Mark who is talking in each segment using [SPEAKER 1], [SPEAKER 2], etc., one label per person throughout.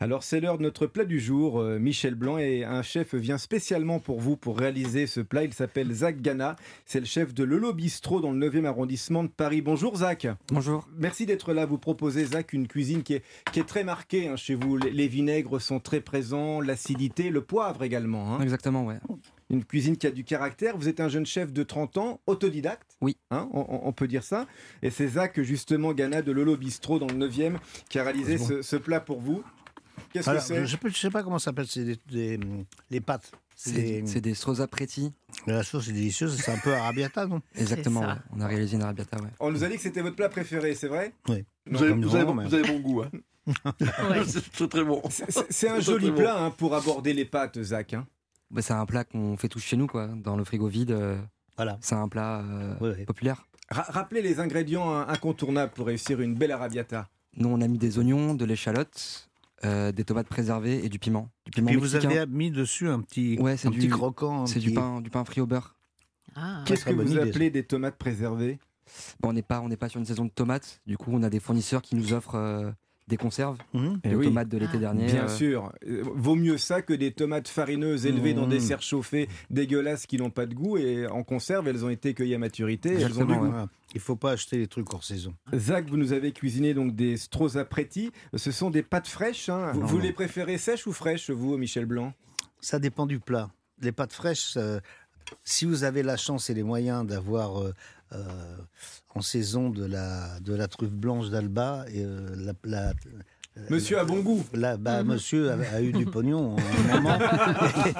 [SPEAKER 1] Alors c'est l'heure de notre plat du jour, euh, Michel Blanc, et un chef vient spécialement pour vous pour réaliser ce plat. Il s'appelle Zach Gana, c'est le chef de Lolo Bistro dans le 9e arrondissement de Paris. Bonjour Zach
[SPEAKER 2] Bonjour.
[SPEAKER 1] Merci d'être là, vous proposez Zach une cuisine qui est, qui est très marquée hein, chez vous. Les, les vinaigres sont très présents, l'acidité, le poivre également. hein.
[SPEAKER 2] Exactement, ouais.
[SPEAKER 1] Une cuisine qui a du caractère. Vous êtes un jeune chef de 30 ans, autodidacte.
[SPEAKER 2] Oui.
[SPEAKER 1] Hein, on, on- on peut dire ça. Et c'est Zach, justement, Ghana de Lolo Bistro dans le 9e, qui a réalisé
[SPEAKER 3] C'est
[SPEAKER 1] ce, ce plat pour vous. Qu'est-ce que
[SPEAKER 3] Alors, je
[SPEAKER 1] c'est
[SPEAKER 3] ne sais, pas- je sais pas comment ça s'appelle, c'est des, des- hum, les pâtes.
[SPEAKER 2] C'est
[SPEAKER 3] C'est-
[SPEAKER 2] c'est des strozza pretti.
[SPEAKER 3] La sauce est délicieuse, c'est un peu arabiata, non
[SPEAKER 2] Exactement,
[SPEAKER 4] ça.
[SPEAKER 2] ouais. On a réalisé une arabiata, ouais.
[SPEAKER 1] On nous a dit que c'était votre plat préféré, c'est vrai
[SPEAKER 5] Vous avez,
[SPEAKER 3] Comme
[SPEAKER 5] vous
[SPEAKER 3] nous,
[SPEAKER 5] avez-
[SPEAKER 3] mais-
[SPEAKER 5] vous avez bon goût. hein.
[SPEAKER 4] Ouais.
[SPEAKER 5] c'est très très bon.
[SPEAKER 1] C'est- C'est c'est un
[SPEAKER 5] C'est
[SPEAKER 1] joli
[SPEAKER 5] très bon.
[SPEAKER 1] plat hein, pour aborder les pâtes, Zach. hein.
[SPEAKER 2] Bah, c'est un plat qu'on fait tous chez nous, quoi. Dans le frigo vide, euh,
[SPEAKER 3] Voilà.
[SPEAKER 2] c'est un plat euh,
[SPEAKER 3] Ouais, ouais.
[SPEAKER 2] populaire.
[SPEAKER 1] Ra- rappelez les ingrédients hein, incontournables pour réussir une belle arabiata.
[SPEAKER 3] Ah,
[SPEAKER 2] Nous, on a mis des oignons, de l'échalote, euh, des tomates préservées et du piment. Du piment
[SPEAKER 3] Puis vous
[SPEAKER 2] mexicain.
[SPEAKER 3] avez mis dessus un petit,
[SPEAKER 2] Ouais,
[SPEAKER 3] un
[SPEAKER 2] c'est
[SPEAKER 3] petit
[SPEAKER 2] du,
[SPEAKER 3] croquant. un
[SPEAKER 2] c'est du
[SPEAKER 3] petit-
[SPEAKER 2] pain, du pain frit au beurre.
[SPEAKER 4] Ah.
[SPEAKER 1] Qu'est-ce
[SPEAKER 3] serait
[SPEAKER 1] que
[SPEAKER 3] bonne
[SPEAKER 1] vous
[SPEAKER 3] idée,
[SPEAKER 1] appelez des tomates préservées
[SPEAKER 2] Bon, on n'est pas, on n'est pas sur une saison de tomates. Du coup, on a des fournisseurs qui nous offrent euh, des conserves
[SPEAKER 3] Mhm.
[SPEAKER 1] Eh
[SPEAKER 2] de
[SPEAKER 1] oui.
[SPEAKER 2] tomates de l'été
[SPEAKER 4] Ah.
[SPEAKER 2] dernier.
[SPEAKER 1] Bien
[SPEAKER 2] euh,
[SPEAKER 1] sûr, Euh, vaut mieux ça que des tomates farineuses élevées dans des serres chauffées dégueulasses qui n'ont pas de goût et en conserve, elles ont été cueillies à maturité. et Elles ont du
[SPEAKER 2] Exactement,
[SPEAKER 1] goût.
[SPEAKER 2] ouais.
[SPEAKER 3] Voilà. Il ne faut pas acheter les trucs hors saison.
[SPEAKER 1] Zach, vous nous avez cuisiné donc des strozza pretti. Ce sont des pâtes fraîches. hein. Vous,
[SPEAKER 3] Non,
[SPEAKER 1] vous
[SPEAKER 3] non.
[SPEAKER 1] les préférez sèches ou fraîches, vous, Michel Blanc
[SPEAKER 3] Ça dépend du plat. Les pâtes fraîches, euh, si vous avez la chance et les moyens d'avoir euh, euh, en saison de la, de la truffe blanche d'Alba, et, euh, la, la-
[SPEAKER 1] Monsieur
[SPEAKER 3] la-
[SPEAKER 1] a bon goût.
[SPEAKER 3] Là, bah,
[SPEAKER 4] Mhm.
[SPEAKER 3] monsieur a, a eu du pognon hein, à un moment.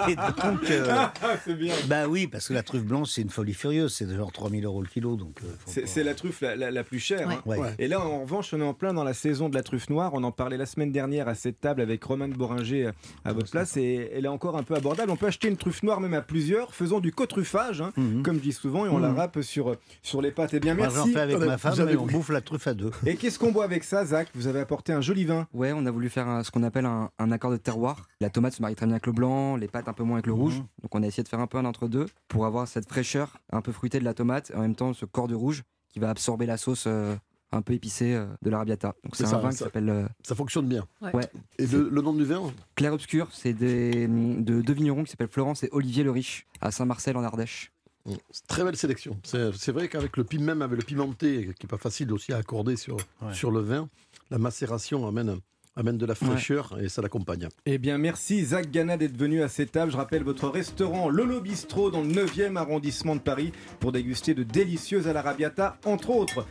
[SPEAKER 3] et donc, euh,
[SPEAKER 1] Ah, c'est bien.
[SPEAKER 3] bah oui, parce que la truffe blanche, c'est une folie furieuse. C'est genre 3000 euros le kilo. donc. euh, faut
[SPEAKER 1] C'est
[SPEAKER 3] pas-
[SPEAKER 1] c'est la truffe la, la- la plus chère.
[SPEAKER 4] Ouais.
[SPEAKER 1] hein.
[SPEAKER 3] Ouais.
[SPEAKER 1] Et là, en revanche, on est en plein dans la saison de la truffe noire. On en parlait la semaine dernière à cette table avec Romain de Boringer euh, à votre place. Et elle est encore un peu abordable. On peut acheter une truffe noire même à plusieurs. Faisons du cotruffage, hein,
[SPEAKER 3] Mhm.
[SPEAKER 1] comme je dis souvent, et on la
[SPEAKER 3] Mhm.
[SPEAKER 1] râpe sur, sur les pâtes. Eh bien,
[SPEAKER 3] Moi, j'en
[SPEAKER 1] merci.
[SPEAKER 3] fais avec
[SPEAKER 5] Vous
[SPEAKER 3] ma femme
[SPEAKER 5] avez
[SPEAKER 3] et on
[SPEAKER 5] compris.
[SPEAKER 3] bouffe la truffe à deux.
[SPEAKER 1] Et qu'est-ce qu'on boit avec ça, Zach Vous avez apporté un joli vin.
[SPEAKER 2] Ouais, on a voulu faire un- ce qu'on appelle un, un accord de terroir. La tomate se marie très bien avec le blanc, les pâtes un peu moins avec le rouge.
[SPEAKER 3] Mhm.
[SPEAKER 2] Donc on a essayé de faire un peu un entre-deux pour avoir cette fraîcheur un peu fruitée de la tomate et en même temps ce corps de rouge qui va absorber la sauce euh, un peu épicée euh, de l'arabiata. Donc c'est
[SPEAKER 5] Ça,
[SPEAKER 2] un vin qui
[SPEAKER 5] ça-
[SPEAKER 2] s'appelle euh,
[SPEAKER 5] Ça fonctionne bien.
[SPEAKER 4] Ouais.
[SPEAKER 2] Ouais.
[SPEAKER 5] Et le, le nom du vin
[SPEAKER 2] Clair Obscur. C'est des, mm, de deux vignerons qui s'appellent Florence et Olivier le Riche à Saint-Marcel en Ardèche.
[SPEAKER 5] C'est Très belle sélection. C'est c'est vrai qu'avec le piment, même avec le pimenté, qui est pas facile aussi à accorder sur,
[SPEAKER 3] Ouais.
[SPEAKER 5] sur le vin, la macération amène, amène de la fraîcheur et ça l'accompagne.
[SPEAKER 1] Eh bien, merci Zach Gana d'être venu à cette table. Je rappelle votre restaurant Lolo Bistro dans le 9e arrondissement de Paris pour déguster de délicieuses à l'arabiata, entre autres.